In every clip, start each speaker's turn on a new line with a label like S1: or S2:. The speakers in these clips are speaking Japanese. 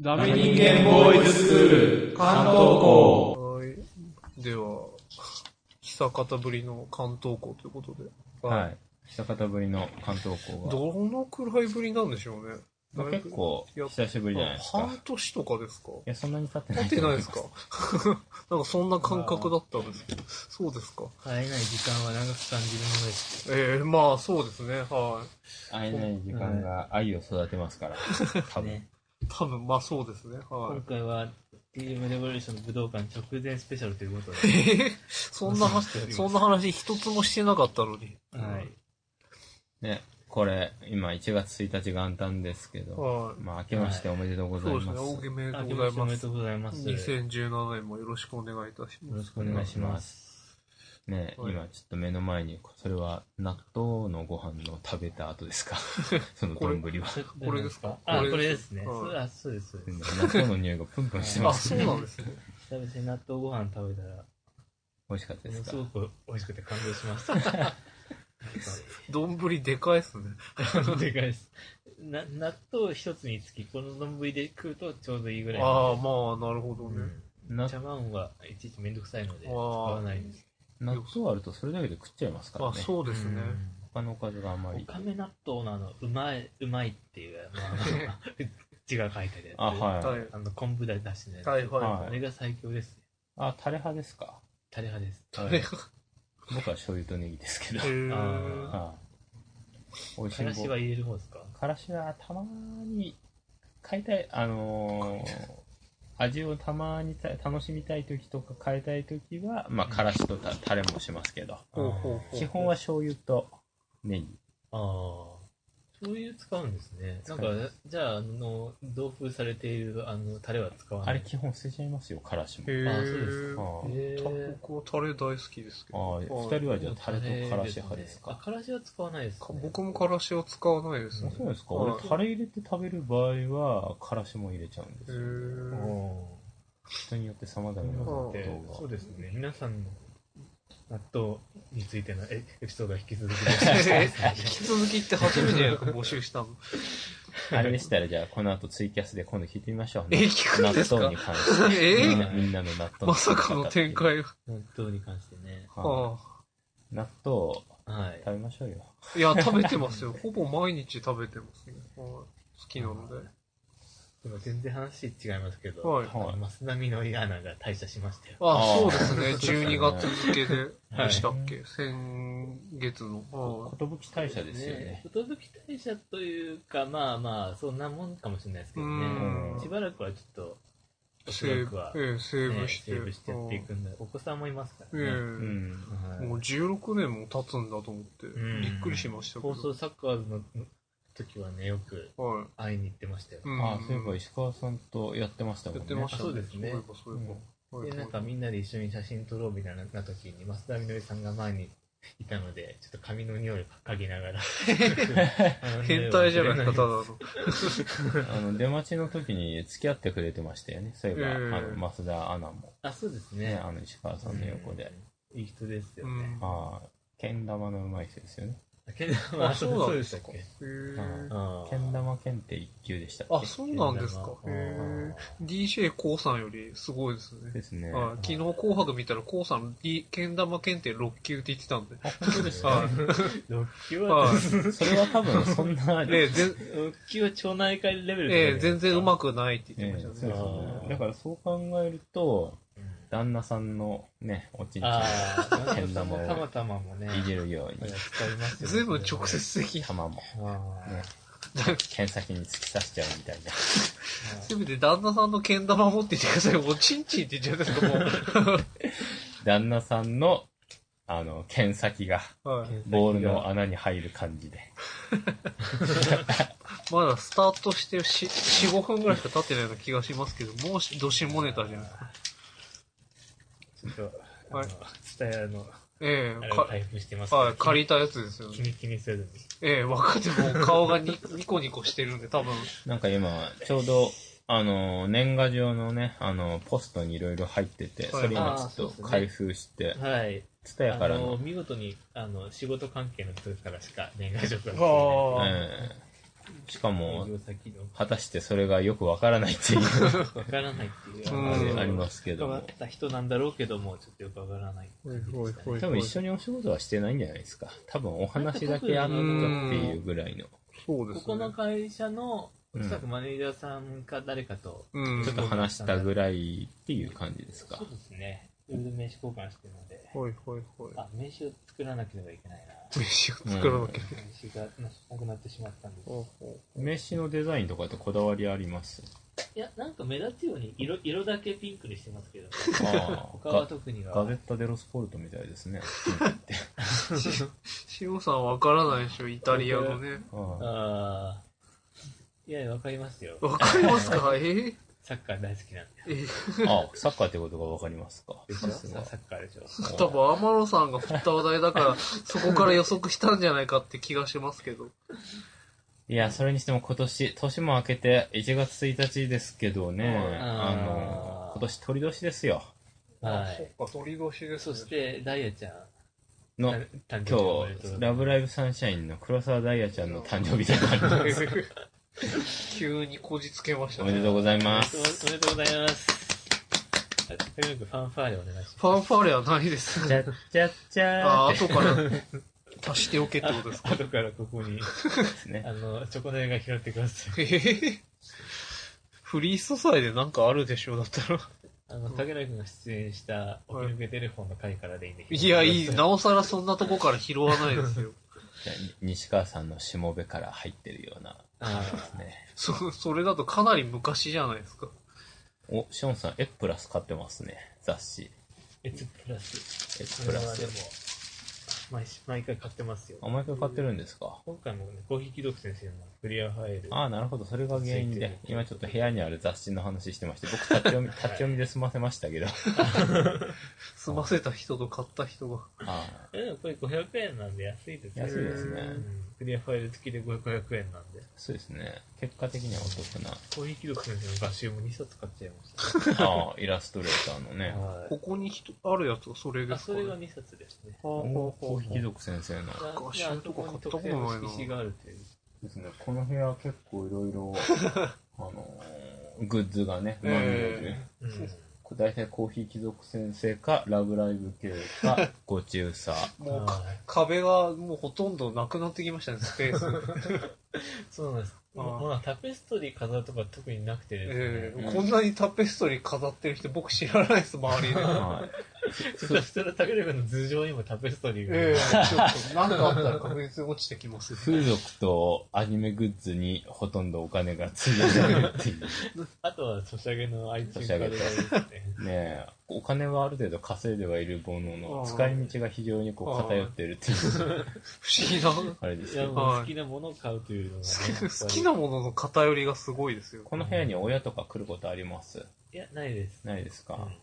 S1: ダメ人間ボーイズスクール関東校。
S2: はい。では、久方ぶりの関東校ということで。。
S3: はいい。久方ぶりの関東校は。
S2: どのくらいぶりなんでしょうね。
S3: まあ結構、久しぶりじゃないですか。
S2: 半年とかですか
S3: いや、そんなに経ってな
S2: 経
S3: い
S2: っ
S3: と
S2: て
S3: 思
S2: な
S3: ま。
S2: いで すか なんかそんな感覚だったんですけど。そうですか。
S4: 会えない時間は長く感じるものです。
S2: ええまあそうですね。は
S3: 会えない時間が愛を育てます から。多分。
S4: ね
S2: い。多分、まあそうですね。
S4: 今
S2: はい。
S4: 回は、TM レボリューションの武道館直前スペシャルということで。
S2: ええそんな話、 そんな話一つもしてなかったのに。
S4: はい。
S3: ね、これ、今1月1日元旦ですけど、
S2: はい。
S3: まあ、明けましておめでとうござい
S2: そう
S3: ま。
S2: ですすね。大きめで
S4: あ
S2: と
S4: け
S2: う
S4: ま
S2: ご
S4: して
S2: ざ
S4: おめ
S2: いま
S4: ですと。うございます。よ
S2: 2017年もよろしくお願いいたします。
S4: ろしくお願いします。
S3: ね、
S2: はい
S3: 今ちょっと目の前に、それは納豆のご飯の食べた後です かその丼は。
S4: そ
S2: これですか
S4: あ、
S2: こ
S4: こ
S2: れ
S4: れ
S2: で
S4: ですすね。
S2: はい
S4: そうあそうです、そうです。
S3: 納豆の匂いがプンプンして
S2: あ、
S3: ます。
S2: そうなんですね。
S4: 久々に納豆ご飯食べたら、
S3: 美味しかった
S4: も
S3: で
S4: の
S3: す
S4: す
S3: か
S4: ごく美味しくて感動しま した。
S2: 丼でかいっすね。
S4: でかいです。な納豆一つにつき、この丼で食うとちょうどいいぐらい
S2: ああ、
S4: の。
S2: まあ、なるほど
S4: う
S2: ね。
S4: ん
S3: な
S4: 茶碗はいちいちめんどくさいので、
S2: あー
S4: 使わないです。
S3: 納豆あるとそれだけで食っちゃいますから
S2: あ
S3: ね。
S2: そうですね。
S3: 他のおかずがあんま
S4: うん。お
S3: り。
S4: かめ納豆のあの、うまい、うまいっていう、あの、 うちが書いてるやつ。
S3: あ、
S2: は
S3: はいい。。
S4: あの、昆布だ出しのやつ。
S2: はい、は
S3: は
S4: あれが最強ですね。
S3: あ、タレ派ですか
S4: タレ派です。
S2: い。あれが、
S3: 僕は醤油とネギですけど
S2: へ。ー
S4: あ
S3: はい。美味し
S4: か
S3: い
S4: ら
S3: も
S4: しは入れる方ですか
S3: からしはたまに買いたいあのー味をたまにた楽しみたい時とか変えたい時はまあからしとたタレもしますけど
S2: ほうほうほう。
S3: 基本は醤油とネギ
S4: ああ。そういう使うんですね。なんか
S3: 使いま、
S4: じゃあ、あの、同封されている、あの、タレは使わない。
S3: あれ基本捨てちゃいますよからしも
S2: へ
S4: あそうです
S2: ぇー。
S3: あ
S4: へー
S2: 僕はタレ大好きですけ
S3: あ
S2: ど。
S3: あ
S2: はい
S3: 2人はじゃあタレとからし派です
S4: あ、
S3: か
S4: からしは使わないです、ね。
S2: か僕もからしは使わないです
S3: そう
S2: ね。
S3: ですか
S2: はい
S3: 俺タレ入れて食べる場合はからしも入れちゃうんで
S2: へ
S3: すよ
S4: う
S2: ぇ
S4: ん
S3: 人によって様々なこ
S4: でそ
S3: と
S4: う
S3: が
S4: ですね。皆さんの納豆についてのエエピソードは引き 続き
S2: ー。 引き続きって初めてやるか募集したの。
S3: あれでしたらじゃあこの後ツイキャスで今度聞いてみましょう
S2: え、聞くんです
S3: 納豆
S2: か
S3: に関して
S2: え
S3: みん
S2: ー
S3: なみんなの納豆
S2: まさかの展開が。
S4: 納豆に関してね。
S3: は
S2: あ
S3: い納豆
S4: はい
S3: 食。べましょうよ
S2: あ。いや、食べてますよ。ほぼ毎日食べてますね。はい好きなので。
S4: 今全然話違いますけど、
S2: はい
S4: あのマスナミのイアナが退社しま したよ。
S2: あ、
S3: あー
S2: そうですね。12
S3: そうで
S2: 月付けで、
S4: はい
S2: でしたっけ先月の。はい
S3: 寿大社ですよね。
S4: 寿退社というか、まあまあ、そんなもんかもしれないですけど
S2: う
S4: ね
S2: ん。
S4: しばらくはちょっと、おそ
S2: セー
S4: ら
S2: ブ
S4: くは、、
S2: ええ、セー
S4: ね
S2: ブして。
S4: セーブしてやっていくんで、お子さんもいますか
S2: え
S4: らね。
S3: う
S2: え
S3: ん
S4: はい
S2: もう16年も経つんだと思って、
S4: ん
S2: びっくりしましたけど。
S4: 放送サッカーズの時はね、よく
S2: はい。
S4: 会いに行ってましたよ。
S2: うん
S3: あそういえば石川さんとやってましたもん
S2: や
S3: ね
S2: ってました
S4: あそうですね
S2: そういえば、そういえば。はい
S4: で、なんかみんなで一緒に写真撮ろうみたいな時に、増田みのりさんが前にいたので、ちょっと髪の匂いを嗅ぎな がら。
S2: 変態じゃないで
S4: だ。
S2: すか、ただの。
S3: あの出待ちの時に付き合ってくれてましたよねそういえば、
S2: ええ
S3: あの増田アナも
S4: あ、そうです
S3: ね
S4: ね。
S3: あの石川さんの横で、
S4: うん。いい人ですよ
S2: う
S4: ね
S2: ん。。
S3: はいけん玉のうまい人ですよね
S4: けど、まあ、
S2: あそう
S4: そ
S2: な
S4: うんで
S2: で
S4: した
S2: す
S4: っ
S2: か
S4: け
S2: へえ。
S4: あ
S3: けん玉検定一級でしたっけ
S2: あ、そうなんですか。
S4: けん玉
S2: へえ。DJ コウさんよりすごいですね。
S3: ですね
S2: はい昨日紅白見たら、コウさん、D けん玉検定6級って言ってたんで。
S3: そうです
S2: は
S3: か
S4: 6級は、
S2: はい。
S3: それは多分そんな、
S2: ええ、全
S4: 6級は町 内会レベル
S2: ええ全然うま
S4: く。
S2: くないって言
S3: え
S2: っ
S3: え
S2: て
S3: そ
S2: ま
S3: うで
S2: し
S3: す
S2: たね。
S3: ねだからそう考えると
S4: うん
S3: 旦那さんのねおちんちん
S4: ああ、
S3: けん玉を
S4: たまたまもね、
S3: 入れるように
S4: 使いますよね
S2: 全部直。接的に、
S3: 玉も
S4: あー
S3: ね剣先に突き刺しちゃうみたいな。
S2: せめて旦那さんのけん玉持っていてください。もうチンチンって言っちゃうんですか、も
S3: 旦那さんの、あの、剣先が、
S2: う。はい。
S3: ボールの穴に入る感じで。
S2: まだスタートしてし4、5分ぐらいしか経ってないような気がしますけど、もうしどしもネタじゃないですか。
S4: ちょっと、あ
S2: は
S4: の
S2: い、
S4: 下屋の、
S2: え
S4: あ
S2: え
S4: れを配布してます
S2: かはい、借
S4: り。
S2: りたやつですよ
S4: 気
S2: ね。
S4: に気にせずに。
S2: ええ分かってもう顔がニニコニコしてるんで、多分。
S3: なんか今、ちょうど、あの、年賀状のね、あの、ポストにいろいろ入ってて、
S2: はい
S3: それ今ちょ
S4: あーそう
S3: っ
S4: っす
S3: と
S4: ね
S3: 開封して、
S4: はい。
S3: ツタヤ
S4: あ
S3: から
S4: の、
S3: の、
S4: 見事に、あの、仕事関係の人からしか年賀状が来
S2: あー
S3: ええしかも
S4: 営、業先の、
S3: 果たしてそれがよくわからないっていう
S4: わからないっていう、
S2: うん
S3: あれ
S4: の
S3: ありますけど
S4: わ
S3: も
S4: かった人なんだろうけども、ちょっとよくわからない感じでしたね、
S2: ほいほいほい
S3: 多分一緒にお仕事はしてないんじゃないですか多分お話だけあったっていうぐらいの
S2: そうで
S4: こ
S2: す
S4: この
S2: ね。
S4: 会社の、お
S3: うん
S4: そらくマネージャーさんか誰かと、
S2: うん
S3: ちょっと話したぐらいっていう感じですか
S4: そうですね。いろいろ名刺交換してるので、
S2: ほいほいほい。
S4: あ、名刺を作らなければいけないな。
S2: 飯を作らなきゃ。
S4: 名刺がななくなってしまったんです。
S2: ほうほ
S3: 名刺のデザインとかってこだわりあります
S4: いや、なんか目立つように色、色だけピンクにしてますけど、
S3: あ
S4: 他は
S3: あ
S4: 特に
S3: ガガ
S4: は
S3: ゼッ。タ・デロスポルトみたいですね
S2: うし塩さんわからないでしょ、イタリアのね。
S3: ああ
S4: ああ。いや、わかりますよ。
S2: わかりますかえー
S4: サッカー大好きなんで。
S2: えー
S3: あサッカーってことがわかりますか
S4: でし
S3: さ
S4: ょ
S3: す
S4: サ
S3: が
S4: ッカーでしょ。
S2: 多分天野さんが振った話題だから、そこから予測したんじゃないかって気がしますけど。
S3: いやそれにしても今年年も明けて1月1日ですけどねあ
S4: あー
S3: の今年鳥年ですよ
S4: はい。
S2: そっか、鳥年で
S4: そして、ダイヤちゃん。
S3: の
S4: 今
S3: 今日、ラブライブサンシャインの黒沢ダイヤちゃんの誕生日でもあるんです。
S2: 急にこじつけました
S3: おめで
S2: ね。
S3: とうござい
S4: おめ
S3: ま
S4: でとう
S3: す。
S4: おめでとうございます。あとにかくファンファーレお願いします。
S2: ファンファーレはないです
S3: じ
S2: ね。
S3: ゃっちゃっち
S2: あ
S3: ゃー
S2: あ、
S3: って
S2: 後から足しておけってこ とですか。
S4: 後からここに、
S3: ですね。
S4: あの、チョコネが拾ってください。
S2: えーフリー素材でなんかあるでしょうだったら。
S4: あの、竹内君が出演した、お気抜けテレフォンの回からでいいんで。
S2: いや、いい。な
S4: お
S2: おさらそんなとこから拾わないですよ。
S3: じゃあに 西川さんのしもべから入ってるような。ね。
S2: そ、それだとかなり昔じゃないですか。
S3: お、ションさん、エプラス買ってますね。雑誌。
S4: エツプラス。
S3: エ
S4: こ
S3: プ
S4: れ
S3: ラ
S4: はでも
S3: ス。、
S4: 毎週毎回買ってますよ。
S3: あ、毎回買ってるんですか
S4: 今回もね、コーヒー貴族先生のクリアファイル。
S3: ああ、なるほど。それが原因で。今ちょっと部屋にある雑誌の話してまして、僕立ち読 み、立ち読みで済ませましたけど。
S2: 済ませた人と買った人が。
S3: あ
S4: えでもこれ500円なんで安いです
S3: ー安いですね。
S4: うんクリアファイル付きで500円なんで。
S3: そうですね。結果的にはお得な。
S4: コーヒー貴族先生の画集も2冊買っちゃいまし
S3: ああ、イラストレーターの
S4: た。
S3: ね。
S4: はい
S2: ここに人あるやつはそれ
S4: あ、
S2: です
S4: そ
S2: か、
S4: れ
S2: ね、
S4: が2冊ですね。
S2: はあは
S3: お
S2: あはあ
S3: お貴族先生の。
S2: 画集とか買っ
S4: であそこに
S2: たことないな
S4: 特定の色紙があるという。
S3: ですね、この部屋結構いろ いろ、あのーグッズがね、まみれでね。
S4: うん
S3: これ大体コーヒー貴族先生か、ラブライブ系か、 ご中佐。
S2: もうか
S4: はい
S2: 壁がもうほとんどなくなってきましたね、スペー ス。
S4: そうなんです。
S2: あー
S4: まあ、タペストリー飾るとか特になくてですね。
S2: ええこんなにタペストリー飾ってる人僕知らないです、周 りで。
S3: はい。
S4: そしたら、竹中の頭上にもタペストリーが。
S2: ええちょっと、なんかあったら確実に落ちてきますよ。
S3: 風俗とアニメグッズにほとんどお金が費やされるっていう。
S4: あとは、ソシャゲの iTunes
S3: ソシャゲと
S4: ですね。
S3: ねえ、お金はある程度稼いではいるものの、
S2: あー
S3: 使い道が非常にこう偏ってるっていう、
S2: 不思議な。好
S3: あれで
S4: い
S3: すけ
S4: や、
S3: ど。
S4: もう好きなものを買うというのがね。
S2: き好きなものの偏りがすごいですよ。
S3: この部屋に親とか来ることあります
S4: いや、ないです。
S3: ないですか、
S4: うん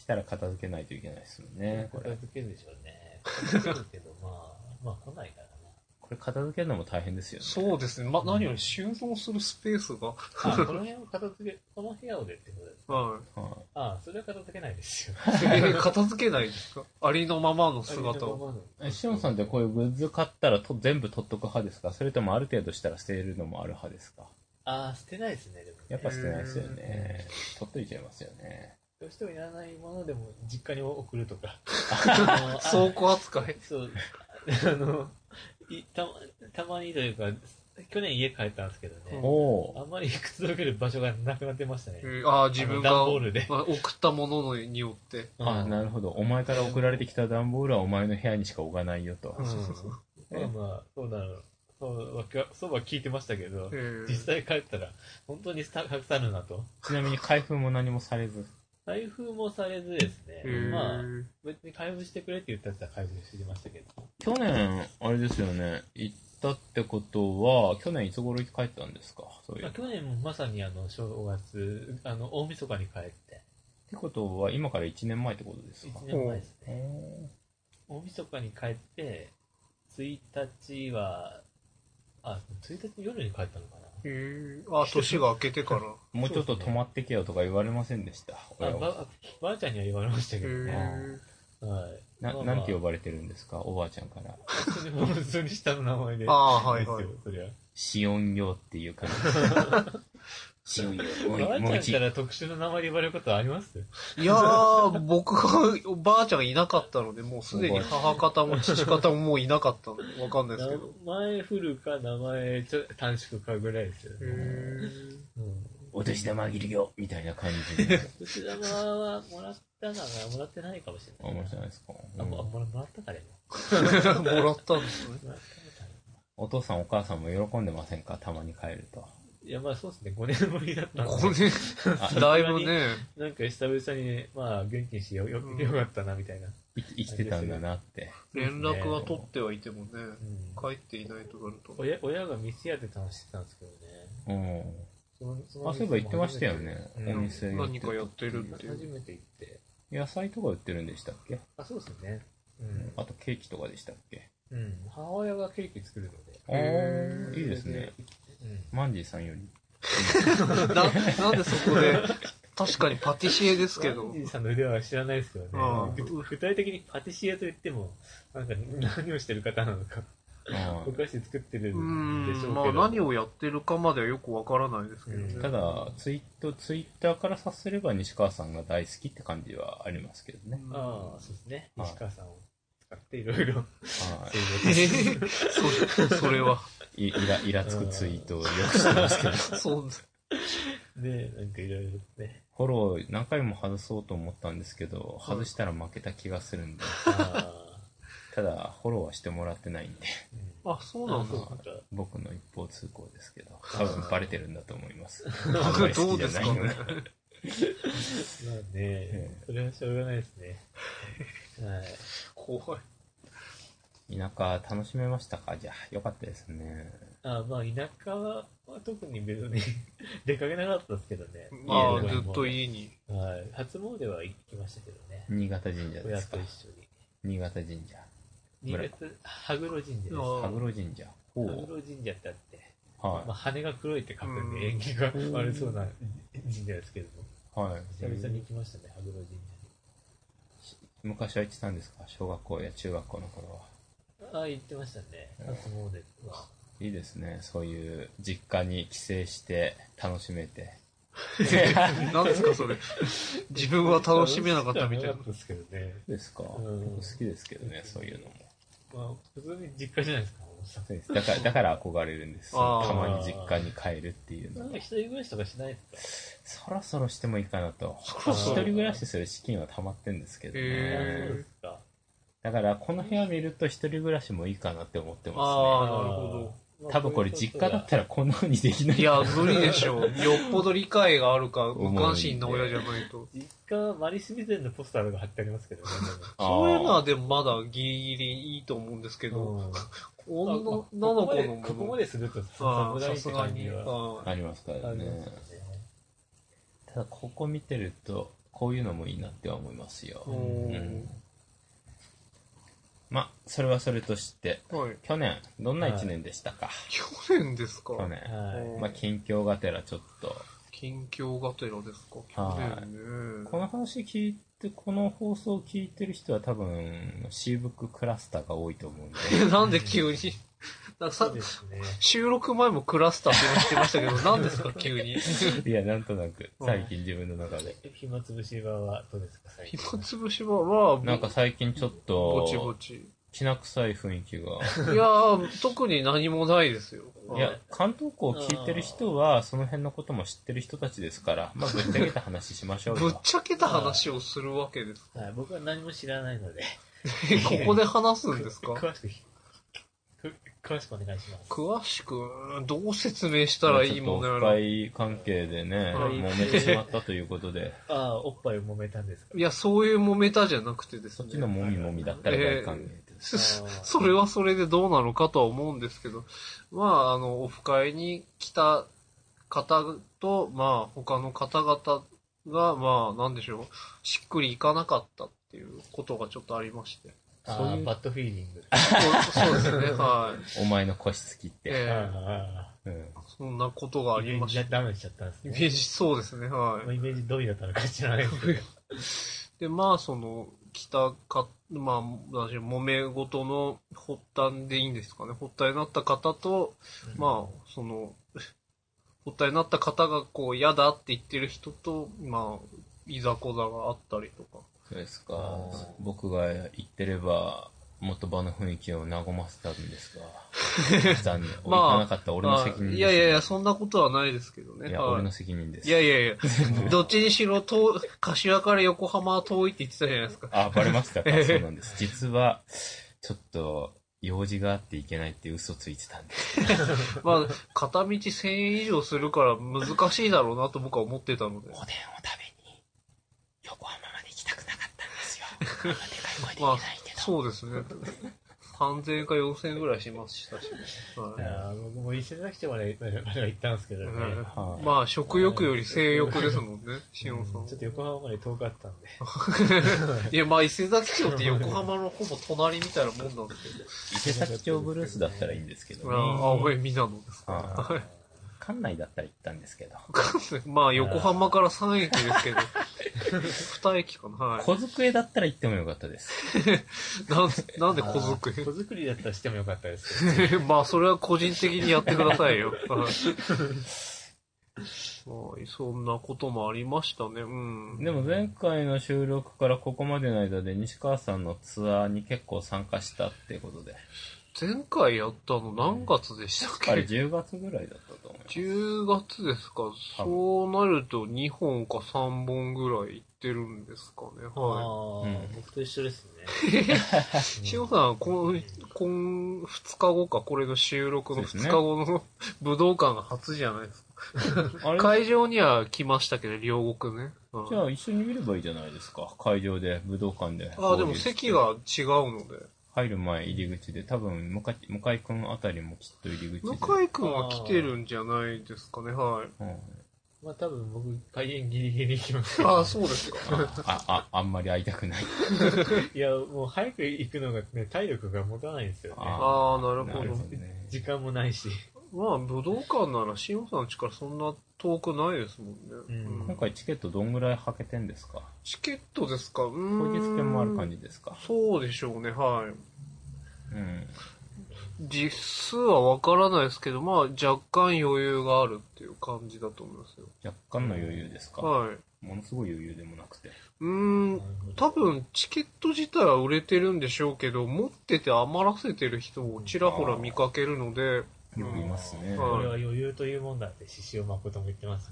S3: 来たら片付けないといけないですもんね、これ
S4: 片。付けるでしょうね。片付けるけど、まあ、まあ来ないからな。
S3: これ片付けるのも大変ですよね。
S2: そうですね。ま、何より収納するスペース が。
S4: あ、この辺を片付け、この部屋をでってことです。
S2: は
S3: は
S4: あ、それは片付けないですよ。
S2: い。ええ片付けないですか ありのままの姿を。
S3: い。え、しおんさんってこういうグッズ買ったらと全部取っとく派ですかそれともある程度したら捨てるのもある派ですか
S4: あー、捨てないですね、でもね。
S3: やっぱ捨てないですよね。取っといちゃいますよね。
S4: どうしてもいらないものでも実家に送ると か。あの
S2: 倉庫扱い。
S4: そう、あの、いたまたまにというか、去年家帰ったんですけど
S2: う
S4: ね、
S3: おー
S4: あんまりくつろげる場所がなくなってましたね。
S2: ええああ、自分
S4: あ
S2: が
S4: の段ボールで
S2: まあ送ったものによって。
S3: あ、
S4: うん
S3: なるほど。お前から送られてきた段ボールはお前の部屋にしか置かないよと。
S4: うんまあまあ、そうなの。そうわけそうは聞いてましたけど
S2: え、え
S4: 実際帰ったら、本当にたくさんあるなと。
S3: ちなみに開封も何もされず。
S4: 開封もされずですね、
S2: ええ
S4: まあ、別に開封してくれって言ったやつは開封してましたけど、
S3: 去年、あれですよね。行ったってことは、去年いつ頃帰ったんですかそうい
S4: ま
S3: う。
S4: あ、
S3: っ
S4: 去年もまさにあの正月、あの大晦日に帰って、
S3: てことは、今から1年前ってことですか
S4: 1年前ですね。
S3: おー
S4: 大晦日に帰って、1日は、あ、1日夜に帰ったのかな
S2: へえあ、年が明けてから。
S3: もうちょっと止まってけよとか言われませんでした。
S4: あ
S3: 親
S4: ば
S3: は
S4: あばあちゃんには言われました
S2: へ
S4: けど
S2: え
S4: ね。 はい。
S3: な
S4: まあまあ
S3: なんて呼ばれてるんですかおばあちゃんから。
S4: それも普通に下の名前で。
S2: ああ、はい
S4: です
S2: はい
S4: よ。、そりゃ。
S3: シオンよっていう感 じ。シオンよ。も
S4: ば
S3: う
S4: あち
S3: もう
S4: ゃん
S3: 一
S4: から特殊な名前で呼ばれることあります
S2: いやー、僕は、おばあちゃんがいなかったので、もうすでに母方も父方ももういなかったので、わかんないですけど。
S4: 名前フルか名前ちょ短縮かぐらいですよね。
S2: へ
S4: うん。
S3: お年玉あげるよみたいな感じで。
S4: お年玉はもらったかなもらってないかもし
S3: あ、
S4: れない。
S3: 面白いですか、
S4: あ、
S3: うん
S4: ももらもらったかね。
S2: ー もらったんですね。
S4: もらったかね
S3: お父さんお母さんも喜んでませんかたまに帰ると。
S4: いや、まあそうですね。5年ぶりだったんで
S2: これ、だいぶね、
S4: なんか久々に、まあ元気にしてよ、よ、
S2: うん
S4: よかったなみたいな。
S3: い生きてたんだなって。
S2: 連絡は取ってはいてもね、
S4: うん
S2: 帰っていないとなると。
S4: 親親が店やってたのしてたんですけどね。
S3: うん。
S4: そのその
S3: あ、そういえば言ってましたよね。
S4: うん
S3: お店やって
S2: 何かやってるってい
S4: 初
S2: う。
S4: めて行って。
S3: 野菜とか売ってるんでしたっけ
S4: あ、そうですね。うん。
S3: あとケーキとかでしたっけ
S4: うん。母親がケーキ作るので。
S3: ああ、いいですね。
S4: うん。
S3: マンジーさんより。
S2: な、なんでそこで、確かにパティシエですけ
S4: マ
S2: ど
S4: ンジ、ーさんの腕は知らないですよね
S2: ああ。
S4: ぐ具体的にパティシエと言っても、なんか何をしてる方なのか、
S3: あ
S4: お菓子作ってる
S2: うん
S4: でしょ
S2: ん、
S4: う
S2: ま
S4: け
S2: あ
S4: ど。
S2: 何をやってるかまではよくわからないですけどね。
S4: う
S3: ーただ、ツイート、ツイッターから察すれば西川さんが大好きって感じはありますけどね。
S4: ああ、そうですね。
S3: はい
S4: 西川さんを使っていろい ろ
S3: は
S4: 製
S2: え
S4: 造し
S2: ーそれ、それは、
S3: い。いイラ、 イラつくツイートをよくしてますけど。
S2: そんな。
S4: て、ね、なんかいろいろね。
S3: フォロー何回も外そうと思ったんですけど、外したら負けた気がするんで。
S4: あ
S3: ただ、フォローはしてもらってないんで。
S4: あ、うん
S2: あ、そうなんだ。
S4: あそうか
S3: 僕の一方通行ですけど、多分バレてるんだと思います。
S2: どうですかね。
S4: まあね、それはしょうがないです ね。はい。
S2: 怖い。
S3: 田舎楽しめましたかじゃあ、よかったですね。
S4: あまあ、田舎は特に別に 出かけなかったですけどね。家
S2: まあ、
S4: で
S2: ず
S4: も
S2: っと家 に。
S4: はい。初詣は行きましたけどね。
S3: 新潟神社で
S4: 親
S3: すか
S4: と一緒に。
S3: 新潟神社。
S4: 新
S3: 村
S4: 潟、羽黒神社です。羽
S3: 羽
S2: あ
S3: 黒神社。ほう。
S4: 黒神社ってあって、まあ、
S3: は
S4: 羽が黒いって書くん
S2: うん
S4: で、縁起が悪そうな神社ですけども。
S3: い。はい。
S4: 久々に行きましたね、羽黒神社に。
S3: 昔は行ってたんですか小学校や中学校の頃は。
S4: ああ、行ってましたね。初詣は。
S3: いいですね。そういう実家に帰省して楽しめて。
S2: なんですか、それ。自分は楽しめなかったみたい
S4: 楽しか
S2: な
S4: っ。たですけどね。
S3: ですか、
S4: うん
S3: 僕好きですけどね、そういうのも。
S4: まあ、普通に実家じゃないですか、大阪
S3: そうですだ から、だから憧れるんですよ
S2: あー
S3: たまに実家に帰るっていう
S4: な
S3: の
S4: んか
S3: が
S4: 一。人暮らしとかしないです
S3: そろそろしてもいいかなと。
S2: ろ
S3: 一
S2: そろ
S3: 人暮らしする資金は溜まってんですけど
S4: か、
S2: へ
S3: ね。
S2: ー
S4: そうですか。
S3: だから、この部屋見ると一人暮らしもいいかなって思ってま
S2: あーなるほ
S4: ど
S3: すね。多分これ実家だったらこんな風にできない
S2: いや、無理でしょう。よっぽど理解があるか、
S3: 思う
S2: 無関心な親じゃないと。
S4: 実家はマリス備前のポスターが貼ってありますけどね。
S3: あー
S2: そういうのはでもまだギリギリいいと思うんですけ
S4: で
S2: ど、
S4: も
S2: 女の
S4: こ
S2: 子のもの
S4: ここまですると
S2: あ
S4: さ
S2: あ、さすがに。
S4: は
S2: ああ
S3: ありますから
S4: ありま
S3: ね
S4: す。よね。
S3: ただ、ここ見てると、こういうのもいいなって思いますよ。
S2: う
S3: うんまあ、それはそれとして、
S2: はい。
S3: 去年、どんな一年でしたか、
S2: 去年ですか。
S3: 去年。
S4: はい。
S2: うん
S3: まあ、近況がてらちょっと、
S2: 近況がてらですか。去
S3: はい
S2: 年ね。
S3: この話聞いて、この放送を聞いてる人は多分、シーブッククラスターが多いと思うんで、
S2: えなんで急になんか
S4: そ
S2: さ
S4: うですね。
S2: 収録前もクラスターって言ってま したけど、何ですか急に。
S3: いや、なんとなく、最近自分の中で。
S4: 暇つぶし場はどうですか、最近。
S2: 暇つぶし場は、ぼ
S3: なんか最近ちょっ
S2: ぼちぼ
S3: と、
S2: ち。い
S3: きな臭い雰囲気が。
S2: やー、特に何もないですよ。
S3: いや、関東校を聞いてる人は、その辺のことも知ってる人たちですから、まあ、ぶっちゃけた話しましょう
S2: ぶっ
S3: よ。
S2: ちゃけた話をするわけです。
S4: はい、僕は何も知らないので。
S2: ここで話すんですか
S4: 詳しく、く詳しくお願いします。
S2: 詳しく、うんどう説明したらいいものや
S3: まあちょっとおっぱ
S2: ら。い
S3: い関係でね、
S2: はい
S3: 揉めてしまったということ で、
S4: ああ、おっぱいを揉めたんですか
S2: や、そういう揉めたじゃなくてです
S3: そっ
S2: ね
S3: ち。のもみもみだったら大歓迎です。
S2: すす
S4: あー
S2: それはそれでどうなのかとは思うんですけど、まあ、あの、オフ会に来た方と、まあ、他の方々が、まあ、なんでしょう、しっくりいかなかったっていうことがちょっとありまして。
S4: あ
S3: そう
S4: あ
S3: いう
S4: バッドフィーリング。
S2: そうそうですね、はい。
S3: お前の腰つきって。
S2: ええ
S4: ああ
S3: うん。
S2: そんなことがありまし
S4: イベ
S2: た
S4: ンジ。ダメしちゃったんです
S2: イメ
S4: ね。
S2: ージそうですね、は
S4: イメージどういうだったのか知らないですけど。
S2: い。で、まあ、その、北か、まあ、なんでしょう揉め事の発端でいいんですかね。発端になった方と、まあ、その、発端になった方が、こう、嫌だって言ってる人と、まあ、いざこざがあったりとか。
S3: そうです
S4: あ
S3: か
S4: ー。
S3: 僕が言ってれば、元場の雰囲気を和ませたんです が、残念。俺
S2: まあ
S3: 行かなかった俺の責任
S2: あ
S3: です。
S2: いやいやいや、そんなことはないですけどね。
S3: いや、
S2: はい
S3: 俺の責任です。
S2: いやいやいや、どっちにしろ遠、柏から横浜は遠いって言ってたじゃないですか。
S3: あ、バレま したか。そうなんです。実は、ちょっと、用事があっていけないって嘘ついてたんです。
S2: まあ、片道1000円以上するから難しいだろうなと僕は思ってたので。
S3: おでんを食べに、横浜まで行きたくなかったん ですよ。あんまでかい声で
S2: ま
S3: 言
S2: あ
S3: えないけ、ど。
S2: そうですね。3000円か4000円ぐらいしましたし、
S4: い
S2: は
S4: やー僕も一緒になくても ね、我々が行ったんですけどね。
S2: うん。
S3: はいい
S2: まあ、食欲より性欲ですもんね、しおんさ
S4: ちょっと横浜まで遠かったんで。
S2: ん。いや、まあ、伊勢崎町って横浜のほぼ隣みたいなもんなんですけ
S3: 伊勢崎町ブルースだったらいいんですけど
S2: ど。あ
S3: ね。
S2: あ、おい、みなのですか。
S3: あ
S2: はい
S3: 館内だったら行ったんですけど。
S2: まあ、横浜から3駅で すけど、2駅かな。はい。
S3: 小机だったら行ってもよかったです。
S2: なんなんで
S4: あー
S2: 小作り
S4: 小作りだったらしてもよかったですけど。
S2: まあ、それは個人的にやってくださいよ。 はい、そんなこともありましたね。うん。
S3: でも前回の収録からここまでの間で西川さんのツアーに結構参加したっていうことで。
S2: 前回やったの何月でしたっ
S3: あれ
S2: け
S3: 10月ぐらいだったと思います。
S2: 10月ですか。そうなると2本か3本ぐらい行ってるんですかね。は
S4: あ
S3: う
S4: あ
S3: ん、
S4: 僕と一緒ですね。
S2: い。しおさんはこの、こん2日後か、これの収録の2日後の 武道館が初じゃないですか。
S3: あれ
S2: 会場には来ましたけど、両国ね。うん
S3: じゃあ一緒に見ればいいじゃないですか。会場で、武道館で。
S2: あ、でも席。が違うので。
S3: 入る前入り口で、多分向井、向井くんあたりもきっと入り口で。
S2: 向井くんは来てるんじゃないですかね、はい。
S3: うん
S4: まあ多分僕、開演ギリギリ行きます けど
S2: あ、そうですか。
S3: あ、あ、あんまり会いたくない。
S4: いや、もう早く行くのがね、体力が持たないんですよね。
S3: あ
S2: ああ、なるほ
S3: なる
S2: ど
S3: ほ。どね
S4: 時間もないし。
S2: まあ、武道館なら、新大さんの家からそんな遠くないですもんね。
S4: うん
S2: う
S3: 今
S2: ん
S3: 回チケットどんぐらいはけてんですか
S2: チケットですかう
S3: 当
S2: ーん。
S3: 日券もある感じですか
S2: そうでしょうね、はい。
S3: うん。
S2: 実数はわからないですけど、まあ、若干余裕があるっていう感じだと思いますよ。
S3: 若干の余裕ですか、
S2: はい。
S3: ものすごい余裕でもなくて。
S2: うーん、多分チケット自体は売れてるんでしょうけど、持ってて余らせてる人をちらほら見かけるので、
S3: よくいますね。
S2: うん
S4: これは余裕というもんだって、獅子王誠も言ってます。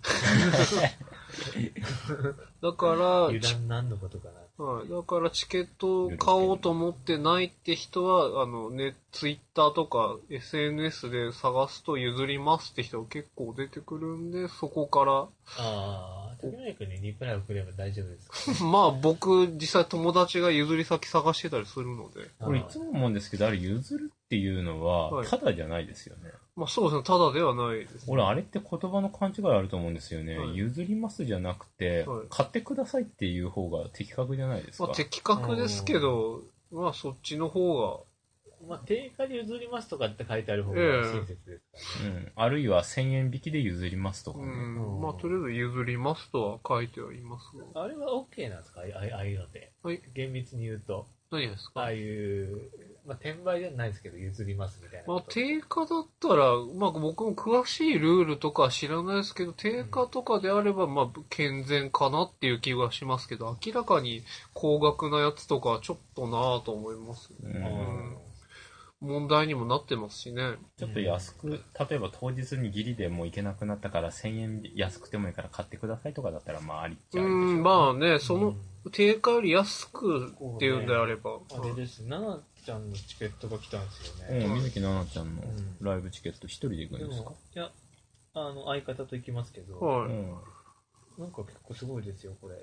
S2: だから、
S4: 油
S2: ち
S4: 断なんのことかな。
S2: はい、だからチケットを買おうと思ってないって人は、あのね、ツイッターとか SNS で探すと譲りますって人が結構出てくるんで、そこから
S4: ああ、竹内君にリプライ送れば大丈夫ですか
S2: まあ僕、実際友達が譲り先探してたりするので。
S3: これいつも思うんですけど、あれ譲るっていうの
S2: は
S3: は、
S2: い
S3: ただじゃないですよね。
S2: まあそうですね、ただではないです。
S3: 俺、あれって言葉の勘違いあると思うんですよね。
S2: はい
S3: 譲りますじゃなくて、
S2: はい
S3: 買ってくださいっていう方が的確じゃないですか。
S2: まあ的確ですけど、まあそっちの方
S4: まあ、定価で譲りますとかって書いてある方が親切ですからね。
S3: うん。あるいは1000円引きで譲りますとか
S2: が、う
S3: ね。
S2: ん、まあとりあえず譲りますとは書いてはいますが。
S4: あれは OK なんですかああああいうのって。
S2: はい、
S4: 厳密に言うと、
S2: 何がですか
S4: ああいう、まあ、転売じゃないですけど、譲りますみたいな
S2: まあ、
S4: こと。
S2: 定価だったら、まあ、僕も詳しいルールとかは知らないですけど、定価とかであれば、まあ、健全かなっていう気がしますけど、明らかに高額なやつとかはちょっとなぁと思います、ね。
S3: うん
S4: うん
S2: 問題にもなってますしね。
S3: ちょっと安く、例えば当日にギリでもう行けなくなったから1000円安くてもいいから買ってくださいとかだったら、まあありっち
S2: う
S3: ゃありでしょ
S2: ん、まあね、その、
S4: う
S2: 定価より安くっていうんであれば。
S4: あれです、ななちゃんのチケットが来たんですよね。
S3: うん、水木奈々ちゃんの
S4: うん
S3: ライブチケット一人で行く
S4: で
S3: んですか
S4: も、いや、あの、相方と行きますけど、
S2: はい。
S3: うん。
S4: なんか結構すごいですよ、これ。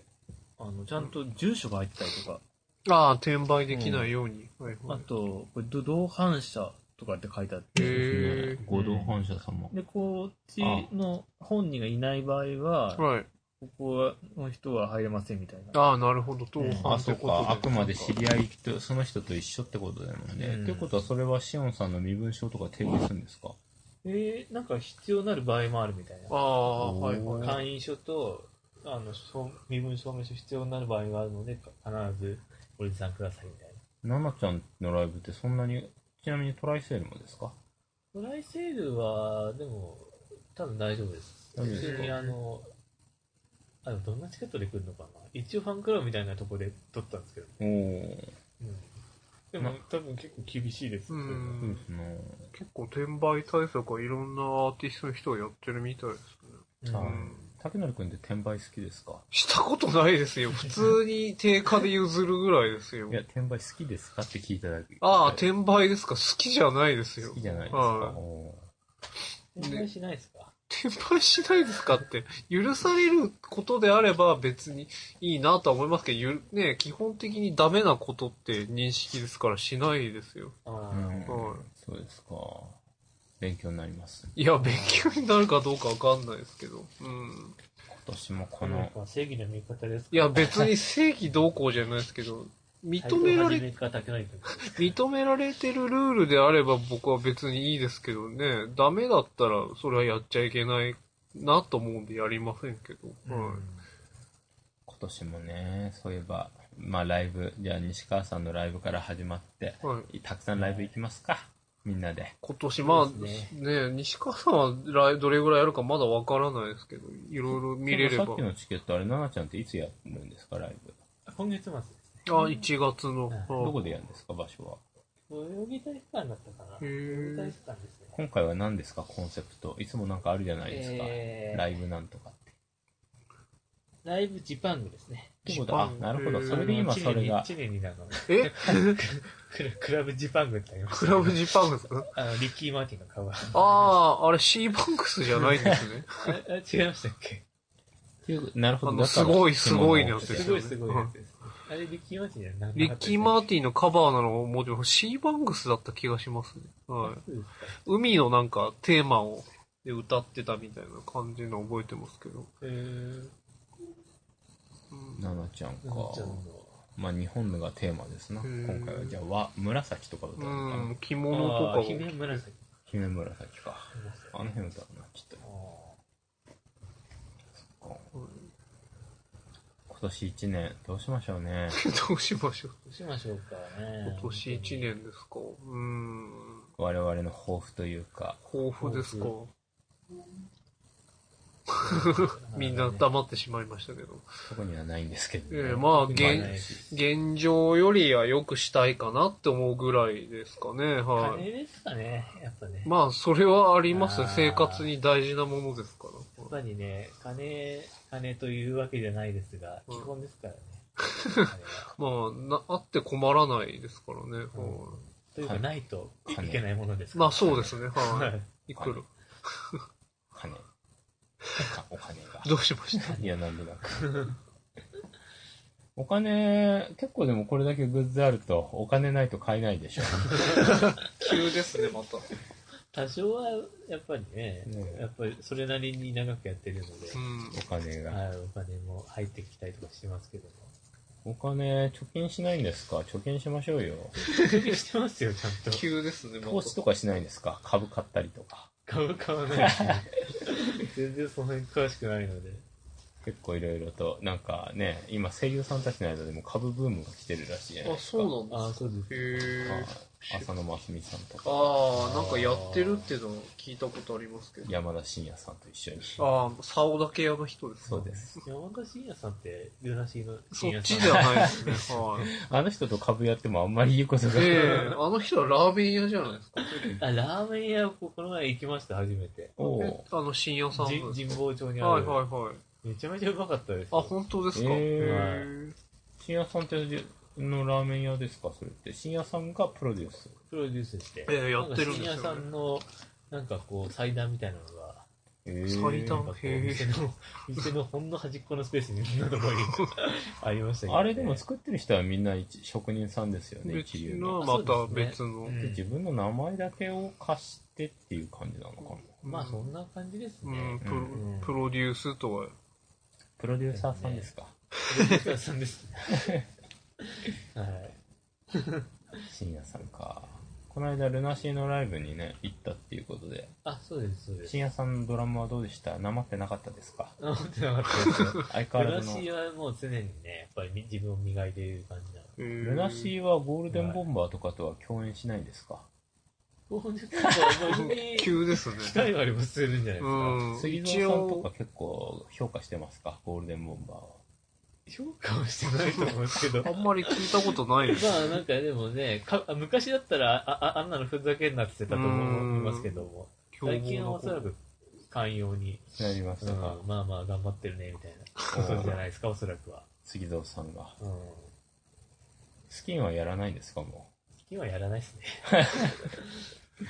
S4: あの、ちゃんと住所が入ってたりとか、
S2: ああ、転売できないように。はいは
S5: あ
S2: い。
S5: と、これ、ど同伴者とかって書いてあって、
S2: へえ。
S3: 合同反社様。
S5: で、こっちの本人がいない場合は、
S2: はい。
S5: ここの人は入れませんみたいな。
S2: ああ、なるほど。同
S3: あ、
S2: 伴っ
S3: そ
S2: て
S3: う
S2: ことで。
S3: か。あくまで知り合いと、その人と一緒ってことだもんね。
S4: うん
S3: ということは、それはシオンさんの身分証とか提示するんですか
S4: えー、なんか必要なる場合もあるみたい
S2: あ
S4: な。
S2: あ、はいはい。
S4: 会員証と、あの、証身分証明書必要になる場合があるので、必ずおじさんくださいみたいな。
S3: ナナちゃんのライブってそんなに、ちなみにトライセールもですか
S4: トライセールは、でも、多分大丈夫です。
S3: 大丈夫ですか
S4: 普通にあの、あの、どんなチケットで来るのかな一応ファンクラブみたいなとこで取ったんですけど。
S3: おー、
S4: うん、でも、多分結構厳しいです。
S2: う
S3: そうんで。すね。
S2: 結構転売対策はいろんなアーティストの人をやってるみたいです
S4: う
S2: ね。
S4: ん
S3: はい
S2: うん
S3: 竹成くんって転売好きですか
S2: したことないです よ。普通に定価で譲るぐらいですよ
S3: い。や、転売好きですかって聞いただけ。
S2: ああ、転売ですか。好きじゃないですよ
S3: 好。きじゃないです
S2: は
S3: か
S2: い。
S3: お
S4: 転売しないですか、
S2: 転売しないですかって、許されることであれば別にいいなとは思いますけど、ゆるね、基本的にダメなことって認識ですからしないですよ。
S4: あ
S3: ーう
S4: ー
S3: ん
S2: はい
S3: そうですか。勉強になります。
S2: いや、勉強になるかどうかわかんないですけど。うん。
S3: 今年もこ
S4: この
S3: の
S4: 子、は正義の味方ですか
S2: いや、別に正義どうこうじゃないですけど、認められ
S4: るか竹内君
S2: 認められてるルールであれば僕は別にいいですけどね、ダメだったらそれはやっちゃいけないなと思うんでやりませんけど。はい。
S3: 今年もね、そういえば、まあライブ、じゃあ西川さんのライブから始まって、
S2: はい
S3: たくさんライブ行きますかみんなで。
S2: 今年、ま
S4: そうです
S2: あ、ね西川さんは来どれぐらいやるかまだわからないですけど、いろいろ見れれば
S3: さっき。のチケット、あれ、奈々ちゃんっていつやるんですか、ライブ。
S4: 今月末です
S2: あ、1月の。
S4: はい
S2: はい
S3: どこでやるんですか、場所は。
S4: 代々木体育館だったかな
S2: へー
S4: 代々木体育館ですね
S3: 今回は何ですか、コンセプト。いつもなんかあるじゃないですか。
S4: えー
S3: ライブなんとかって。
S4: ライブジパングですね
S3: ってことあ
S2: ジ、パ
S3: な
S2: ン
S3: るほど。
S2: うん
S3: それで今それが
S4: 1、年に1年になるの
S2: え
S4: クラクラブジパングってあります
S2: クラブジパングスか
S4: あのリッキー・マーティンのカバー
S2: ああ、あれシーバンクスじゃないんですね。
S4: ああ違いましたっけ
S3: なるほど。
S2: あの
S3: だから
S2: すごいすごいのやつですよ
S4: ごいすごいやつですあれリッキー・マーティンじゃなく
S2: リッキー・マー
S4: テ
S2: ティンのカバーなのも、もシーバングスだった気がしますね。はい。
S4: ィン
S2: 海のなんかテーマをで歌ってたみたいな感じの覚えてますけど。
S4: えー
S2: うん
S3: 奈々ちゃん
S4: なんちゃん
S3: か。
S4: の
S3: まあ、日本のがテーマですな。
S2: うん
S3: 今回は、じゃあ、和、紫とか歌うのか
S2: う
S3: な。
S2: ん、着物とか
S4: あー
S2: を。
S4: 姫紫
S3: 姫紫か。あの辺歌うな、きっと。今年1年、どうしましょうね。
S2: どうしましょう。
S4: どうしましょうかね
S2: 今年1年ですか。うん。
S3: 我々の抱負というか。
S2: 豊富ですか。
S4: 本当に
S2: みんな黙ってしまいましたけど。
S3: 特にはないんですけど、
S2: ええまあ
S3: 特には
S2: 現
S3: ないし
S2: 現状よりは良くしたいかなって思うぐらいですかね。は
S4: 金
S2: い。
S4: ですかねやっぱね
S2: まあ、それはありますね
S4: あ。ー
S2: 生活に大事なものですか
S4: やっ
S2: ら。
S4: ぱりね、金、金というわけじゃないですが、
S2: うん
S4: 基本です からね。あれは
S2: まあ、な、あって困らないですからね。はい。
S4: という
S3: は
S4: か、
S3: い
S4: ないとい
S3: 金
S4: けないものですから
S2: まあ、そうですね。は
S4: はい
S2: い。いくら。
S3: 金。お金が。
S2: どうしました
S3: いや、なんでなく。 お金、結構でもこれだけグッズあると、お金ないと買えないで しょ。
S2: 急ですね、また。
S4: 多少は、やっぱりね、
S3: ね
S4: やっぱりそれなりに長くやってるので
S2: う、ん。
S3: お金が。
S4: はいお金も入ってきたりとかしてますけど も。
S3: お金、貯金しないんですか貯金しましょうよ。
S4: 貯金してますよ、ちゃんと。
S2: 急ですね、ま
S3: 投資とかしないんですか株買ったりとか。
S4: 株買わないし。 全然その辺詳しくないので。
S3: 結構いろいろと、なんかね、今声優さんたちの間でも株ブームが来てるらしいじゃない
S2: あ、
S3: ですか。
S2: そうなん
S4: ああ、
S2: です
S4: そうです
S2: か。へ
S4: ね。
S2: え。
S3: はい浅野真澄さんとか、
S2: ああ、なんかやってるっていうのを聞いたことありますけど。
S3: 山田真也さんと一緒に。
S2: ああ、竿だけ屋の人ですか。
S3: そうです。
S4: 山田信也さんって、ルナシーの
S2: そ
S4: 信
S2: っ
S4: 也
S2: ち
S4: さん。
S2: ではないですね。はい。
S3: あの人と株やってもあんまりいいこと が。
S2: ええあの人はラーメン屋じゃないですか。
S4: あ、ラーメン屋、この前行きました、初めて。
S3: おう
S2: あの、深夜さんの。
S4: じ神保町にあ
S2: はい
S4: る、
S2: はいはい。
S4: めちゃめちゃうまかったです
S2: あ、
S4: よ。
S2: 本当ですか。
S3: ええ
S2: へえ
S3: 深夜さんってのラーメン屋ですかそれって。深夜さんがプロデュース。
S4: プロデュースして。
S2: ええやってるんですよ
S4: なんか深夜
S2: ね
S4: さんの、なんかこう、祭壇みたいなのが、
S3: えー
S2: 最短
S4: なんかこう
S2: へえ
S4: 店の、 店のほんの端っこのスペースにみんなのとこにありましたけどね。
S3: あれでも作ってる人はみんな一職人さんですよね、
S2: 別
S3: 一流
S2: の
S3: の。
S2: はまた別の。
S4: うん
S3: で自分の名前だけを貸してっていう感じなのかな。
S4: まあそんな感じです
S2: う
S4: ね
S2: ん、。プロ
S4: うん
S2: プロデュースとは。
S3: プロデューサーさんですか。
S4: プロデューサーさんですね。はい。
S3: 深夜さんか。この間、ルナシーのライブにね、行ったっていうことで、
S4: あ、そうです、そうです。
S3: 深夜さんのドラムはどうでしたなまってなかったです か
S4: あ、待ってなかった ですよ。
S3: 相変
S4: 暮
S3: わ
S4: ら
S3: らずの
S4: し。はもう常にね、やっぱりみ自分を磨いている感じなの。
S3: ル
S2: ル
S3: ナシーはゴールデンボンバーとかとは共演しないんですか
S4: もうちょっとやっぱり
S2: 急ですね。
S4: 機会があればするんじゃないです
S2: う
S4: か。
S2: ん。
S3: 杉
S2: 一
S3: 蔵さんと
S2: 応
S3: か、結構評価してますかゴールデンボンバーは。
S4: 評価はしてないと思うんですけ ど。
S2: あんまり聞いたことないです。
S4: まあなんかでもね、か昔だったらあああんなのふざけんなって言ってたと思いますけども、
S2: 凶暴な
S4: 最
S2: 子
S4: 近はおそらく寛容に、
S3: なりまし
S4: う
S3: た
S4: ん
S3: か、
S4: まあまあ頑張ってるねみたいなことじゃないですか、おそらくは。
S3: 杉蔵さんが。
S4: うん。
S3: スキンはやらないんですかも
S4: 今はやらないですね。
S3: う。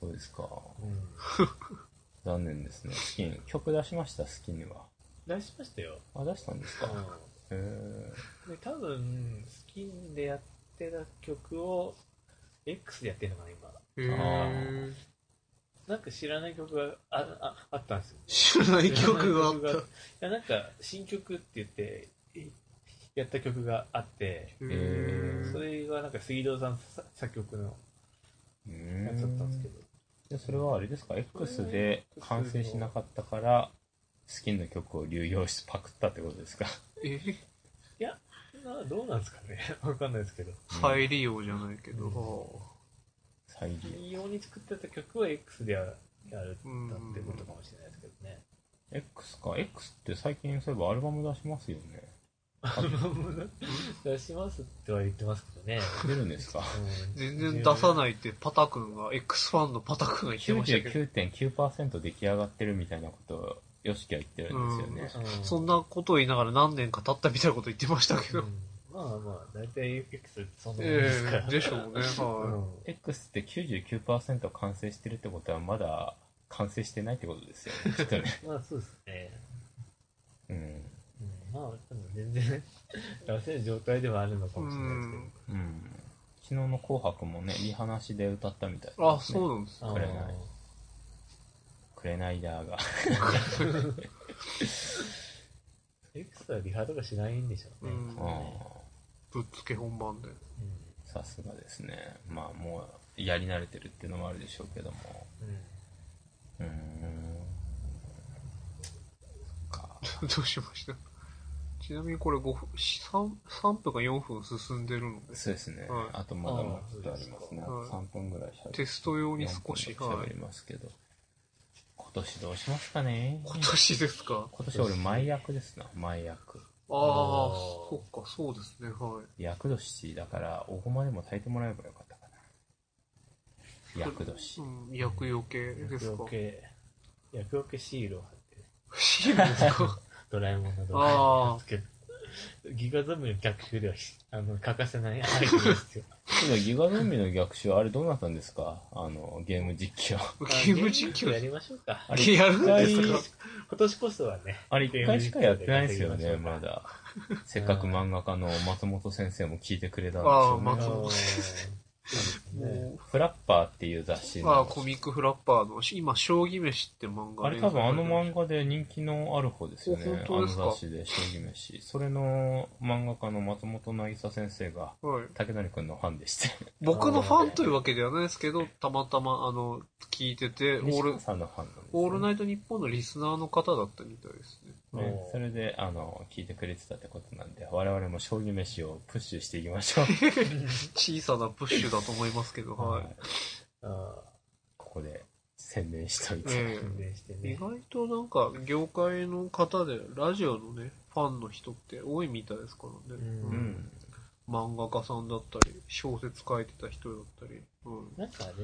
S3: そうですか。
S4: うん。
S3: 残念ですね。スキン。曲出しました、スキンは。
S4: 出しましたよ。
S3: あ、出したんです
S4: う
S3: かへ
S4: ん。
S3: え。
S4: で多分スキンでやってた曲を X でやってるのかな今
S2: へー
S4: なんか知らない曲があああったんですよ
S2: 知らない曲があ
S4: 知らない
S2: っ
S4: いやなんか新曲って言ってえやった曲があって
S2: た。
S3: う
S2: へ
S3: ん
S2: ー
S4: それがなんか水道さんさ作曲の
S3: う
S4: やつだったんですけ
S3: ん。
S4: ど
S3: で、それはあれですか ?X で完成しなかったから、スキンの曲を流用してパクったってことですか
S2: え
S4: いやなどうなんですかね わかんないですけど
S2: 再利用じゃないけど。
S3: 再利
S4: 異様に作ってた曲を X でややるだってことかもしれないですけどね
S3: 用。X か。X って最近そういえばアルバム出しますよね。
S4: 出しますっては言ってますけどね
S3: 出るんですか
S2: 全然出さ
S4: い。
S2: ないってパタ君が、X ファンのパタ君が言ってましたけど、
S3: 99.9%出来上がってるみたいなことを、ヨシキは言ってるんですよね。
S4: うん
S2: そんなことを言いながら何年か経ったみたいなこと言ってましたけ
S4: う
S2: ど。
S4: んまあまあ、大体 X ってそんなもんで
S2: え
S4: すから。
S2: えでしょうね。
S4: う
S2: は
S4: ん
S3: X って99%完成してるってことは、まだ完成してないってことですよね。きっとね。
S4: まあそうですね。
S3: うん。
S4: うんまあ、多分全然出せる状態ではあるのか
S2: い。う
S4: もしれないですけど
S2: ん。
S3: うん。昨日の紅白もね、リハなしで歌ったみたい
S2: あ、そう
S3: う。
S2: なんです。
S4: あの
S3: これないクレナイダーが。
S4: X はリハとかしないんでしょうね。
S2: う
S3: う
S2: ん
S3: ん
S2: ぶっつけ本番で。
S4: う
S3: さすがですね。まあもう、やり慣れてるっていうのもあるでしょうけども。
S4: んうん
S3: うーん。そっか。
S2: どうしましたちなみにこれ5分、3, 3分か4分進んでるので、
S3: そうですね。
S2: はい
S3: あとまだもうちょっとありますね。あ
S2: はい
S3: と3分ぐらい喋
S2: テ
S3: る。
S2: スト用に少し、
S3: 4分
S2: は
S3: 喋
S2: い。
S3: りますけど。今年どうしますかね
S2: 今年ですか
S3: 今年俺、前役ですな。前役。
S2: ああ、そっか、そうですね、はい。
S3: 役年だから、お駒でも炊いてもらえばよかったかな。役年
S2: う。ん、厄除けです
S4: 厄
S2: か
S4: 除。け、厄除けシールを貼ってね、
S2: シールです か
S4: ドラえもんのドラえもんですけど、ギガザムの逆風ではひあの欠かせないアイテムです よ。
S3: けどギガゾンビの逆襲、あれどうなったんですかあの、ゲーム 実況。
S2: ゲーム実
S4: あゲームや
S2: 況
S4: りましょうか。
S3: あれ
S2: やるんです
S4: 今
S2: か
S4: 年こそはね。
S3: あれ一回しかやってないですよ
S4: ゲーム実
S3: ね、
S4: 況で
S3: まだ。せっかく漫画家の松本先生も聞いてくれたんです
S2: ああ
S3: よ
S2: ま
S4: あ
S2: あ
S3: ね。
S4: の
S2: そ
S4: そう
S2: う
S4: ですね
S2: も
S3: フラッパーっていう雑誌
S2: う、まあ、
S3: の。
S2: コミックフラッパーの、今、将棋飯って漫画
S3: あれ多分あの
S2: 画。
S3: 漫画で人気のある方ですよね。
S2: お
S3: あ
S2: 本当
S3: の
S2: ですか
S3: 雑誌で将棋飯。それの漫画家の松本渚先生が
S2: はい、
S3: 竹成くんのファンでして。
S2: 僕のファンというわけではないですけど、たまたま、あの、聞いてて、オー
S3: 西
S2: ル
S3: 川、さんのファンなんです、ね。
S2: オールナイトニッポンのリスナーの方だったみたいですね。
S3: ね
S4: お、ー
S3: それで、あの、聞いてくれてたってことなんで、我々も将棋飯をプッシュしていきましょう。
S2: 小さなプッシュだと思いますけど、はい。
S4: あ
S3: ここで宣伝しといて。
S2: え
S4: あ、宣
S2: え
S4: 伝して
S2: 意
S4: ね。
S2: 外となんか、業界の方で、ラジオのね、ファンの人って多いみたいですからね。
S4: うん
S3: うん。
S2: 漫画家さんだったり、小説書いてた人だったり。うん。
S4: なんかあれ、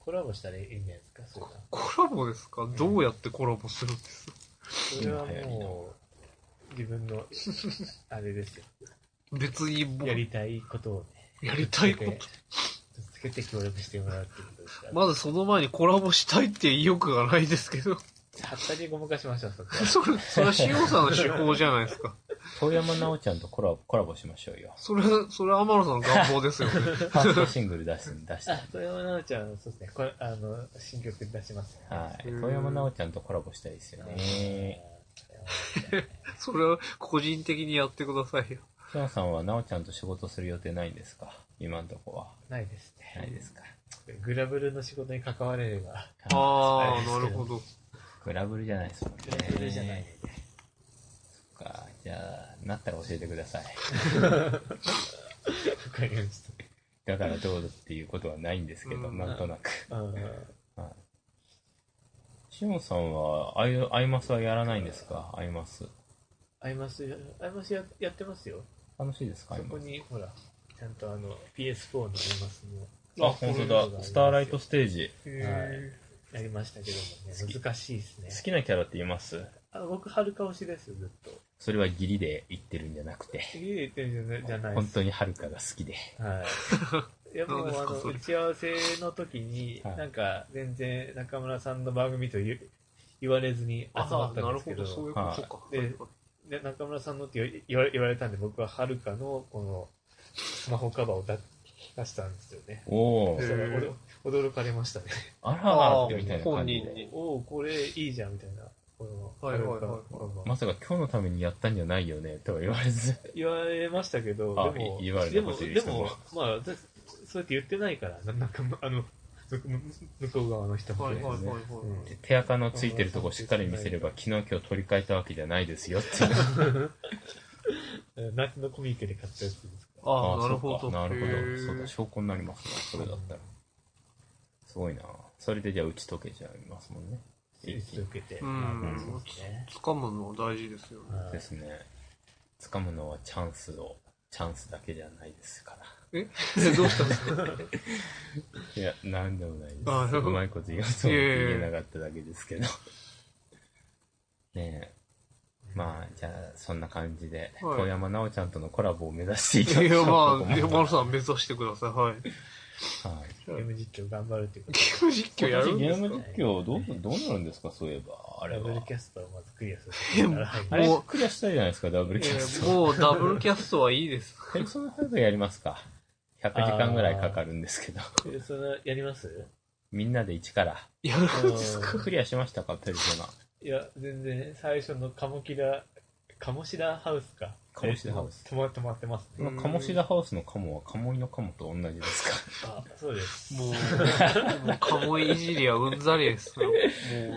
S4: コラボしたらいいんじゃないですか、それが。
S2: コラボですかどうやってコラボするんですか
S4: それはもう、自分の、あれですよ。
S2: 別にも う
S4: やりたいことをね。
S2: やりたいこと。
S4: 続けて協力してもらうっていうことですから。
S2: まずその前にコラボしたいっていう意欲がないです けど。
S4: はったりごまかしましょう、そこ は。
S2: それ、それはしおさんの手法じゃないですか。
S3: 遠山奈緒ちゃんとコラボコラボしましょう よ。
S2: それ、それは天野さんの願望 ですよね。
S3: ファーストシングル出し、出して。
S4: あ、富山奈々ちゃん、そうですね。これ、あの、新曲出しますね。
S3: はい。
S2: うん
S3: 遠山奈緒ちゃんとコラボしたいですよね。
S2: それは個人的にやってくださいよ。
S3: きょんさんはなおちゃんと仕事する予定ないんですか今んとこは。
S4: ないです
S3: ない
S4: ね。
S3: ですか。
S4: グラブルの仕事に関われれ ば、
S2: あ
S4: そうですけど
S2: あ、なるほど。
S3: グラブルじゃないですもんね。
S4: グラブルじゃないんで。
S3: そっか。じゃあ、なったら教えてください。
S4: わかりまし
S3: だからどうっていうことはないんですけど、
S2: うん
S3: なんとなく。
S4: た。うん
S3: しおんさんはアイ、アイマスはやらないんですかアイマス。
S4: アイマス、アイマスややってますよ。
S3: 楽しいですかアイ
S4: そ
S3: マ
S4: こ
S3: ス。
S4: に、ほら、ちゃんとあの、PS4 のアイマスも
S3: あ、本当だ。スターライトステージ。
S4: へやりましたけどもね、難しいですね。
S3: 好きなキャラって言います
S4: あ僕、遥か推しですよ、ずっと。
S3: それは義理で言ってるんじゃなくて。
S4: 次で言ってるんじゃなじゃないで
S3: 本
S4: す。
S3: 当にはるかが好きで。
S4: はい。いや、もう、
S2: 何です
S4: あ
S2: か
S4: の、
S2: それ
S4: 打ち合わせの時に、
S3: はい
S4: なんか、全然中村さんの番組と言う言われずに集ま
S2: あ
S4: っ
S2: あ、
S4: た
S2: なんる
S4: です
S2: ほ
S4: け
S2: ど、そうい
S4: ど、
S2: うことか。
S4: でで中村さんのって言わ言われたんで、僕は遥かの、この、スマホカバーを出出したんですよね。
S3: おお
S4: そ。したら驚驚かれましたね。
S3: あら
S2: あ
S3: あ
S2: あ、
S3: らみたいな感
S2: 本
S3: じ
S2: 人
S3: で。
S2: に。
S4: おお、これいいじゃん、みたいな。この、
S2: はいはいはいは
S4: 遥
S2: い
S4: かのカバー
S3: まさか今日のためにやったんじゃないよね、とは言われ ず。
S4: 言われましたけど、
S3: あ
S4: でも、
S3: い言われた
S4: でも、
S3: こっち
S4: で
S3: ですね
S4: も、まあ、だそうやって言ってないから、ななんか、あの、 向こう向こう側の人も
S2: はい
S4: ね。
S2: はいはいはい。
S4: うん
S3: で手垢のついてるとこしっかり見せれば、昨日今日取り替えたわけじゃないですよ、っていう。
S4: 夏のコミケで買ったやつですか
S2: ああ、な
S3: そ
S2: る
S3: うか
S2: ほど。
S3: なるほ
S2: へ
S3: ど。
S2: ー
S3: そうだ、証拠になりますね。それだったら。すごいなそれでじゃあ打ち解けちゃいますもんね。
S4: ら。一度受けて。
S2: うん
S4: そうですね。
S2: 掴むのは大事ですよね。
S4: は
S3: で
S4: い
S3: すね。掴むのはチャンスを、チャンスだけじゃないですから。
S2: えどうしたんですか
S3: いや、なんでもないで
S2: あ
S3: す。
S2: そうう
S3: まいこと言おうと思っ
S2: いや
S3: て
S2: いやい
S3: 言
S2: や
S3: えなかっただけですけど。 ねえ。まあ、じゃあ、そんな感じで、
S2: はい
S3: 小山奈緒ちゃんとのコラボを目指していきま
S2: い
S3: しょ
S2: や、
S3: う。
S2: ま
S3: ここ
S2: あ、
S3: も
S2: 山田さん目指してください。
S3: は
S2: はい。
S3: い。
S4: ゲーム実況頑張るっていうこと
S2: ゲーム実況やるん
S3: ゲ
S2: です
S3: ー
S2: か
S3: ム実況どう、どうなるんですか、そういえば。あ
S4: で、
S3: れ
S4: ダブル
S3: は。
S4: キャスターをまずクリアすることから。はい
S3: あれ
S2: もう、
S3: クリアしたいじゃないですか、ダブルキャス
S2: えー
S3: ト。
S2: もうダブルキャストはいいです。
S3: ペルソナ5やりますか。100時間ぐらいかかるんですけど。
S4: えその、やります
S3: みんなで一から。
S2: やる
S4: あの
S3: クリアしましたか、ペルソナ。
S4: いや、全然、最初のカモキラ、カモシラハウスか。
S3: カモシラハウス
S4: 止ま止まってますね。
S3: このカモシダハウスのカモはカモイのカモと同じですか。
S4: あ、そうです。
S2: もう、もう、カモイいじりはうんざりですよ。もう、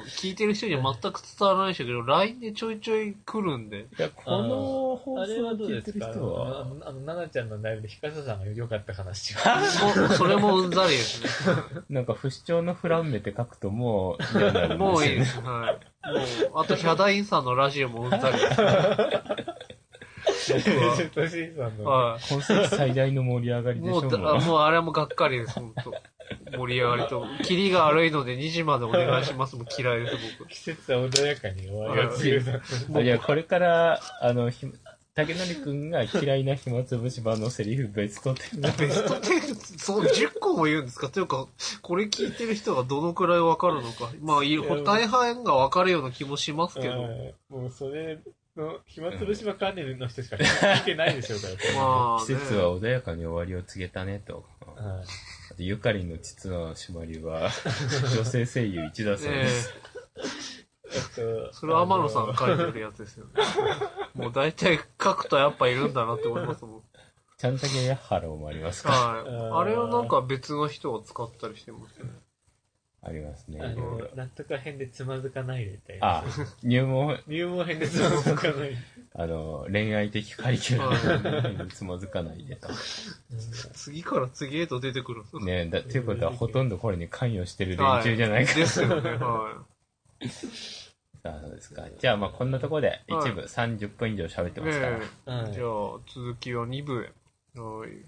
S2: 聞いてる人には全く伝わらないでしょうけど、LINE でちょいちょい来るんで。
S3: いや、この放
S4: あれ
S3: 送
S4: は
S3: を
S4: どう
S3: 聞
S4: で
S3: いて
S4: す
S3: る
S4: かあ
S3: 人
S4: の、あ
S3: は、
S4: のあの奈々ちゃんのライブで、ひかささんが良かった話は。
S2: もうそれもうんざりですね。
S3: なんか不死鳥のフランメって書くともう嫌になるんですよ、ね。
S2: もういいです。はい。もう、あと、ヒャダインさんのラジオもうんざり です。僕は
S4: としさんの。
S2: は
S3: 今世紀最大の盛り上がり
S2: い。
S3: でし
S2: も
S3: ょ
S2: う、
S3: も
S2: だもうあれもがっかりです、本当盛り上がりと。キリが悪いので2時までお願いします。もう嫌いです、僕。
S4: 季節は穏やかに終わりが ちだ。
S3: う。いや、これから、あの、ひ竹典くんが嫌いな暇つぶし版のセリフベスト10が
S2: ベスト10、そう、10個も言うんですかというか、これ聞いてる人がどのくらいわかるのか。まあ、い
S4: や
S2: 大半がわかるような気もしますけど。
S4: うんもうそれの、暇つぶしば関連の人しか聞いてないでしょうから。
S2: まあ、ね、
S3: 季節は穏やかに終わりを告げたねと。
S4: はい
S3: あと、ゆかりの膣の締まり は、女性声優一田さん
S2: え
S3: です。
S2: え
S4: えっと
S2: それは天野さんが書いてるやつ ですよね。もう大体書くとやっぱいるんだなって思いますもん。
S3: ちゃんたけやハローもありますか
S2: はい。あれをなんか別の人が使ったりしてますね。
S3: ありますね。
S4: あのあ
S3: いろい
S4: の
S3: ろ、
S4: なんとか編でつまずかないでみたいな。
S3: あ、入門、
S4: 入門編でつまずか ない。
S3: あの、恋愛的カリキュラムにつまずかないでと。
S2: 次から次へと出てくるんですよ
S3: ねだ、っていうことはほとんどこれに関与してる連中じゃないか。
S2: ですよね、は
S3: あそうですか。じゃあ、まあこんなところで一部30分以上喋って
S2: い。
S3: ますから。
S2: ねえ
S4: はい
S2: じゃあ、続きは2部へ。はい。